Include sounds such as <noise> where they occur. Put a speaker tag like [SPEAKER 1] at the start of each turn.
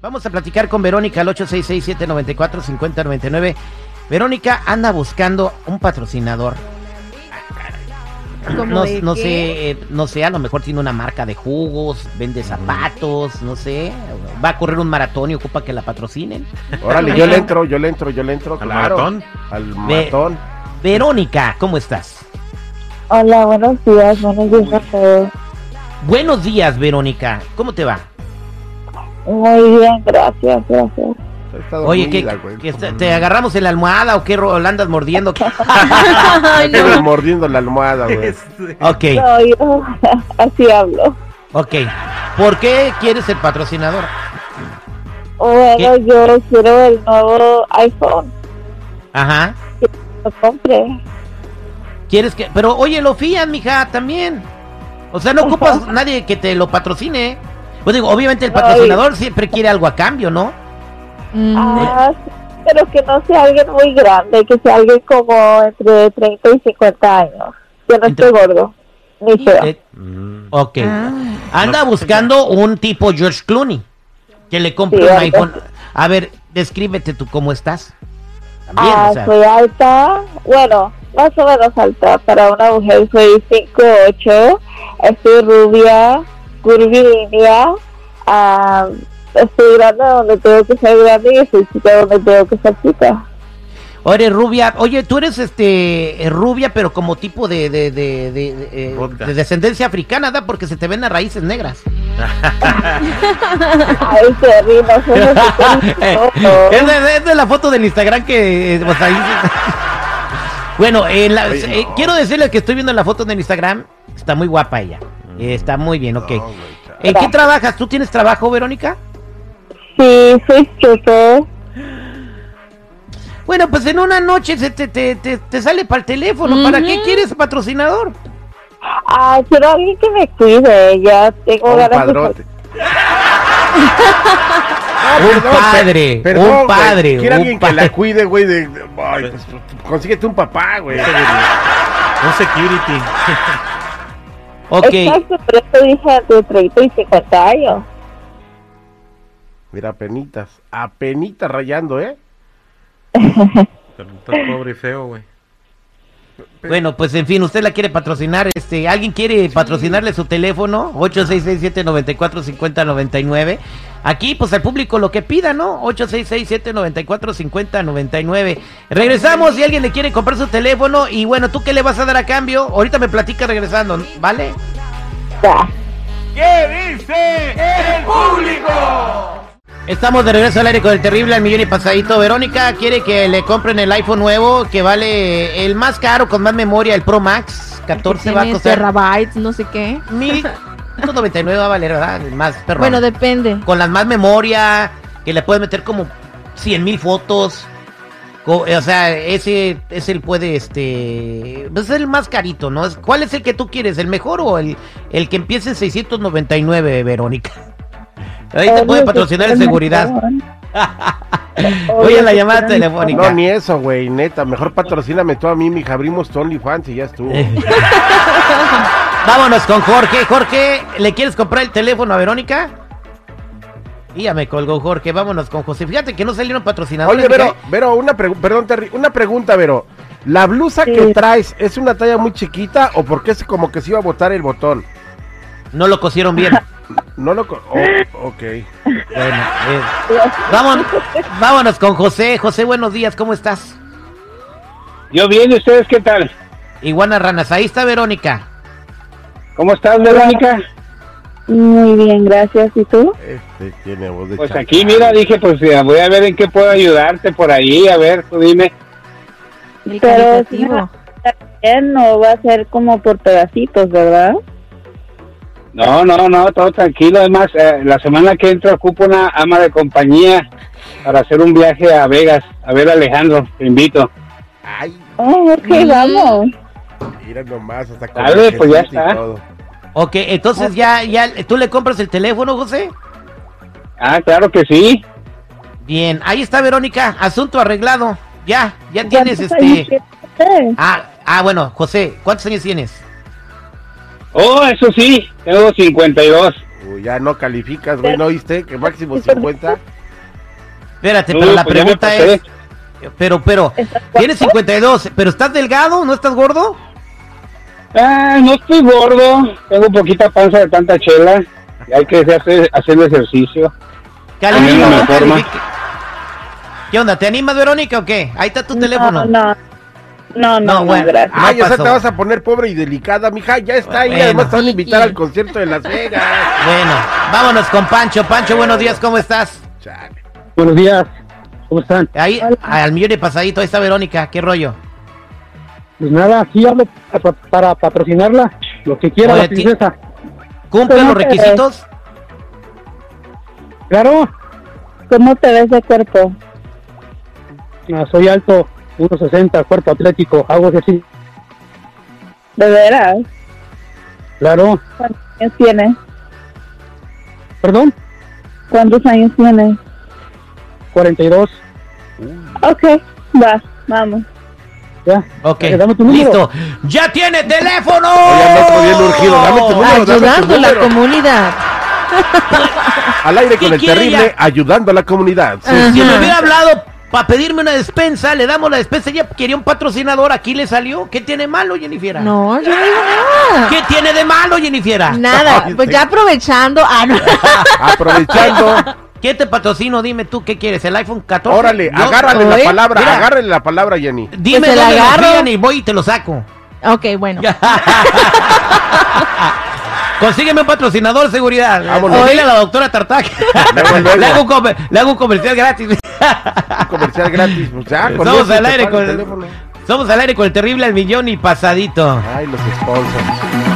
[SPEAKER 1] Vamos a platicar con Verónica al 866-794-5099. Verónica anda buscando un patrocinador.
[SPEAKER 2] ¿Cómo
[SPEAKER 1] No,
[SPEAKER 2] de
[SPEAKER 1] no
[SPEAKER 2] qué? <laughs>
[SPEAKER 1] sé, eh, no sé, a lo mejor tiene una marca de jugos, vende zapatos, no sé. Va a correr un maratón y ocupa que la patrocinen.
[SPEAKER 3] Órale, yo le entro, yo le entro, yo le entro.
[SPEAKER 4] ¿Al
[SPEAKER 3] claro.
[SPEAKER 4] maratón?
[SPEAKER 3] Al maratón.
[SPEAKER 1] Verónica, ¿cómo estás?
[SPEAKER 5] Hola, buenos días, buenos días a todos.
[SPEAKER 1] Buenos días, Verónica. ¿Cómo te va?
[SPEAKER 5] Muy bien, gracias, gracias.
[SPEAKER 3] He estado
[SPEAKER 1] Oye,
[SPEAKER 3] dormida,
[SPEAKER 1] ¿qué,
[SPEAKER 3] güey.
[SPEAKER 1] que est- ¿te agarramos en la almohada o qué ro- la andas mordiendo?
[SPEAKER 2] Ay,
[SPEAKER 3] Estoy
[SPEAKER 2] no.
[SPEAKER 3] mordiendo la <laughs> almohada, güey.
[SPEAKER 1] ok,
[SPEAKER 5] Soy, <laughs> así hablo.
[SPEAKER 1] ok. ¿Por qué quieres el patrocinador?
[SPEAKER 5] Bueno,
[SPEAKER 1] ¿Qué?
[SPEAKER 5] yo quiero el nuevo iPhone.
[SPEAKER 1] Ajá.
[SPEAKER 5] Lo compré.
[SPEAKER 1] ¿Quieres que.? Pero oye, lo fían, mija, también. O sea, no ocupas nadie que te lo patrocine. Pues digo, obviamente el
[SPEAKER 5] Ay.
[SPEAKER 1] patrocinador siempre quiere algo a cambio, ¿no?
[SPEAKER 2] Mm,
[SPEAKER 5] Ah, sí, pero que no sea alguien muy grande, que sea alguien como entre 30 y 50 años. Yo no
[SPEAKER 1] Entre-
[SPEAKER 5] estoy gordo, ni feo.
[SPEAKER 1] Eh, ok.
[SPEAKER 2] Ah.
[SPEAKER 1] Anda buscando un tipo George Clooney que le compre
[SPEAKER 5] Sí,
[SPEAKER 1] un
[SPEAKER 5] algo
[SPEAKER 1] iPhone. A ver, descríbete tú cómo estás. También,
[SPEAKER 5] ah,
[SPEAKER 1] o sea,
[SPEAKER 5] soy alta, bueno, más o menos alta. Para una mujer soy 5'8, estoy rubia, curvilínea, ah, estoy grande donde tengo que ser grande y soy chica donde tengo que ser chica.
[SPEAKER 1] o eres rubia. Oye, tú eres este eh, rubia, pero como tipo de de, de, de- de- eh,
[SPEAKER 4] Vodka.
[SPEAKER 1] de descendencia africana, ¿da? Porque se te ven las raíces negras.
[SPEAKER 5] Ay, qué rico,
[SPEAKER 1] <laughs>
[SPEAKER 5] soy
[SPEAKER 1] es, de, es de la foto del Instagram que eh, pues, ahí se- <laughs> Bueno, en la-
[SPEAKER 3] Ah. Oye,
[SPEAKER 1] eh,
[SPEAKER 3] no.
[SPEAKER 1] quiero decirles que estoy viendo la foto del Instagram. Está muy guapa ella. Eh, Está muy bien, ok.
[SPEAKER 3] Mm. No, güey, chao.
[SPEAKER 1] ¿En qué trabajas? ¿Tú tienes trabajo, Verónica?
[SPEAKER 5] Sí, soy stripper.
[SPEAKER 1] Bueno, pues en una noche se te, te- te- te sale para el teléfono. ¿Para qué
[SPEAKER 2] Ujú.
[SPEAKER 1] quieres patrocinador?
[SPEAKER 5] Ah, quiero alguien que me cuide, ya tengo
[SPEAKER 3] Un
[SPEAKER 5] ganas de...
[SPEAKER 3] padrote. No,
[SPEAKER 1] Un padre,
[SPEAKER 3] pe- Ah, perdón,
[SPEAKER 1] un
[SPEAKER 3] güey.
[SPEAKER 1] padre,
[SPEAKER 3] Quiero
[SPEAKER 1] un
[SPEAKER 3] alguien que
[SPEAKER 1] padre.
[SPEAKER 3] la cuide, güey. De, de- ay, pues, consíguete un papá, güey.
[SPEAKER 4] Un security.
[SPEAKER 1] Ok.
[SPEAKER 5] Exacto, pero eso dije entre 30 y 50 años.
[SPEAKER 3] Mira, penitas. Apenitas rayando, ¿eh?
[SPEAKER 4] Tan- tan pobre y feo, güey.
[SPEAKER 1] Bueno, pues en fin, usted la quiere patrocinar. Este, ¿Alguien quiere patrocinarle su teléfono? 8667-945099. Aquí, pues al público lo que pida, ¿no? 8667-945099. Regresamos si alguien le quiere comprar su teléfono. Y bueno, ¿tú qué le vas a dar a cambio? Ahorita me platica regresando, ¿vale?
[SPEAKER 5] Ya.
[SPEAKER 1] Estamos de regreso al aire con el terrible al millón y pasadito. Verónica quiere que le compren el iPhone nuevo que vale el más caro con más memoria, el Pro Max. 14 va a
[SPEAKER 2] tiene este
[SPEAKER 1] costar
[SPEAKER 2] terabytes, no sé qué.
[SPEAKER 1] 1199 va a valer, ¿verdad? El más perrón.
[SPEAKER 2] Bueno, depende.
[SPEAKER 1] Con las más memoria, que le puedes meter como 100 mil fotos. Co- O sea, ese, ese el puede, este, pues es el más carito, ¿no? Es- ¿Cuál es el que tú quieres? ¿El mejor o el, el que empiece en 699, Verónica? Ahí te puede patrocinar en seguridad. <laughs> Oye, la llamada telefónica.
[SPEAKER 3] No, ni eso, güey. Neta, mejor patrocíname tú a mí, mija. Abrimos tu OnlyFans y ya estuvo. <laughs>
[SPEAKER 1] Eh. Vámonos con Jorge. Jorge, ¿le quieres comprar el teléfono a Verónica? Y ya me colgó Jorge. Vámonos con José. Fíjate que no salieron patrocinadores.
[SPEAKER 3] Oye, Vero,
[SPEAKER 1] ¿eh?
[SPEAKER 3] Vero, una pregunta, perdón, Terry, una pregunta, Vero. ¿La blusa
[SPEAKER 5] Sí.
[SPEAKER 3] que traes es una talla muy chiquita o por qué es como que se iba a botar el botón?
[SPEAKER 1] No lo cosieron bien.
[SPEAKER 3] No lo... co- oh, ok.
[SPEAKER 1] Bueno, eh, vámonos, vámonos con José. José, buenos días. ¿Cómo estás?
[SPEAKER 6] Yo bien, ¿y ustedes qué tal?
[SPEAKER 1] Iguana Ranas. Ahí está Verónica.
[SPEAKER 6] ¿Cómo estás, Verónica?
[SPEAKER 5] Muy bien, gracias. ¿Y tú?
[SPEAKER 3] Este tiene voz de
[SPEAKER 6] Pues
[SPEAKER 3] chacal.
[SPEAKER 6] aquí, mira, dije, pues ya, voy a ver en qué puedo ayudarte por ahí, a ver, tú dime.
[SPEAKER 2] El
[SPEAKER 5] Pero es
[SPEAKER 2] caritativo.
[SPEAKER 5] una- Él no va a ser como por pedacitos, ¿verdad?
[SPEAKER 6] No, no, no, todo tranquilo. Además, eh, la semana que entra ocupo una ama de compañía para hacer un viaje a Vegas. A ver, Alejandro, te invito.
[SPEAKER 3] Ay,
[SPEAKER 5] Oh, ok,
[SPEAKER 2] Mm.
[SPEAKER 5] vamos.
[SPEAKER 3] mira nomás, hasta con
[SPEAKER 6] Dale, pues
[SPEAKER 3] viajecito
[SPEAKER 6] ya
[SPEAKER 3] y
[SPEAKER 6] está.
[SPEAKER 3] todo.
[SPEAKER 1] Ok, entonces ya, ya, ¿tú le compras el teléfono, José?
[SPEAKER 6] Ah, claro que sí.
[SPEAKER 1] Bien, ahí está Verónica. Asunto arreglado. Ya, ya tienes
[SPEAKER 5] ¿Cuántos años
[SPEAKER 1] este.
[SPEAKER 5] tienes?
[SPEAKER 1] Ah, ah, bueno, José, ¿cuántos años tienes?
[SPEAKER 6] Oh, eso sí, tengo 52.
[SPEAKER 3] Uy, ya no calificas, güey, ¿no oíste? Que máximo 50.
[SPEAKER 1] Espérate,
[SPEAKER 6] No,
[SPEAKER 1] pero la
[SPEAKER 6] pues ya me
[SPEAKER 1] pregunta
[SPEAKER 6] pasé.
[SPEAKER 1] es. Pero, pero, tienes 52, pero ¿estás delgado? ¿No estás gordo?
[SPEAKER 6] Ah, no estoy gordo, tengo poquita panza de tanta chela. y Hay que hacer, hacer ejercicio.
[SPEAKER 1] Califica,
[SPEAKER 6] Ah,
[SPEAKER 1] no
[SPEAKER 6] me forma.
[SPEAKER 1] califica. ¿Qué onda? ¿Te animas, Verónica, o qué? Ahí está tu teléfono.
[SPEAKER 5] No, no. No, no,
[SPEAKER 1] No,
[SPEAKER 5] no,
[SPEAKER 1] bueno.
[SPEAKER 5] gracias.
[SPEAKER 3] Ay, o sea,
[SPEAKER 1] pasó.
[SPEAKER 3] te vas a poner pobre y delicada, mija. Ya está ahí.
[SPEAKER 1] Bueno.
[SPEAKER 3] Además, te van a invitar
[SPEAKER 2] Chiqui.
[SPEAKER 3] al concierto de Las Vegas.
[SPEAKER 1] Bueno, vámonos con Pancho. Pancho, buenos días, ¿cómo estás?
[SPEAKER 3] Chale.
[SPEAKER 6] Buenos días, ¿cómo están?
[SPEAKER 1] Ahí, al millón y pasadito, ahí está Verónica, ¿qué rollo?
[SPEAKER 6] Pues nada, aquí hablo para, patrocinarla, lo que
[SPEAKER 1] quiera Oye, la ti- princesa.
[SPEAKER 2] Pues
[SPEAKER 1] ¿Cumple
[SPEAKER 5] ¿Cómo
[SPEAKER 1] los
[SPEAKER 5] te ves?
[SPEAKER 1] requisitos?
[SPEAKER 6] Claro,
[SPEAKER 5] ¿Cómo te ves de cuerpo?
[SPEAKER 6] ah, soy alto, 1.60, cuerpo atlético, hago así,
[SPEAKER 5] ¿De veras?
[SPEAKER 6] claro.
[SPEAKER 5] ¿Cuántos años tienes?
[SPEAKER 6] Perdón,
[SPEAKER 5] ¿Cuántos años tienes?
[SPEAKER 6] 42,
[SPEAKER 5] Ok, va, vamos.
[SPEAKER 6] ya.
[SPEAKER 1] Ok,
[SPEAKER 6] Eh, dame tu número.
[SPEAKER 1] listo. ¡Ya tiene teléfono!
[SPEAKER 3] Oye, no estoy bien urgido. Dame tu número, dame tu
[SPEAKER 2] Ayudando a la
[SPEAKER 3] número.
[SPEAKER 2] comunidad.
[SPEAKER 3] Al aire con
[SPEAKER 1] ¿Qué
[SPEAKER 3] el
[SPEAKER 1] quiere Ah.
[SPEAKER 3] terrible, ayudando a la comunidad. Sí.
[SPEAKER 1] Si me
[SPEAKER 2] Ajá.
[SPEAKER 1] hubiera hablado para pedirme una despensa, le damos la despensa. Ella quería un patrocinador, aquí le salió. ¿Qué tiene malo, Jennifer?
[SPEAKER 2] No, yo no digo nada.
[SPEAKER 1] ¿Qué tiene de malo, Jennifer? Ah,
[SPEAKER 2] Nada, pues ya aprovechando. Ah, no. <laughs>
[SPEAKER 3] <laughs> Aprovechando.
[SPEAKER 1] ¿Qué te patrocino? Dime tú, ¿qué quieres? ¿El iPhone 14?
[SPEAKER 3] Órale,
[SPEAKER 1] Yo-
[SPEAKER 3] agárrale la
[SPEAKER 2] Oye,
[SPEAKER 3] palabra,
[SPEAKER 1] mira.
[SPEAKER 3] agárrale la palabra, Jenny.
[SPEAKER 1] Dime
[SPEAKER 2] Pues se la
[SPEAKER 1] dónde lo
[SPEAKER 2] agarro.
[SPEAKER 1] frían y voy y te lo saco.
[SPEAKER 2] Ok, bueno.
[SPEAKER 1] Consígueme un patrocinador, seguridad.
[SPEAKER 3] Vámonos.
[SPEAKER 1] Dile a la doctora Tartac.
[SPEAKER 3] Luego, luego.
[SPEAKER 1] le, hago un comer- le hago un comercial gratis.
[SPEAKER 3] Comercial gratis, pues
[SPEAKER 1] <laughs>
[SPEAKER 3] ya, con
[SPEAKER 1] Estamos
[SPEAKER 3] eso
[SPEAKER 1] al
[SPEAKER 3] te
[SPEAKER 1] aire
[SPEAKER 3] pago el
[SPEAKER 1] con-
[SPEAKER 3] teléfono.
[SPEAKER 1] Somos al aire con el terrible al millón y pasadito.
[SPEAKER 3] Ay, los sponsors.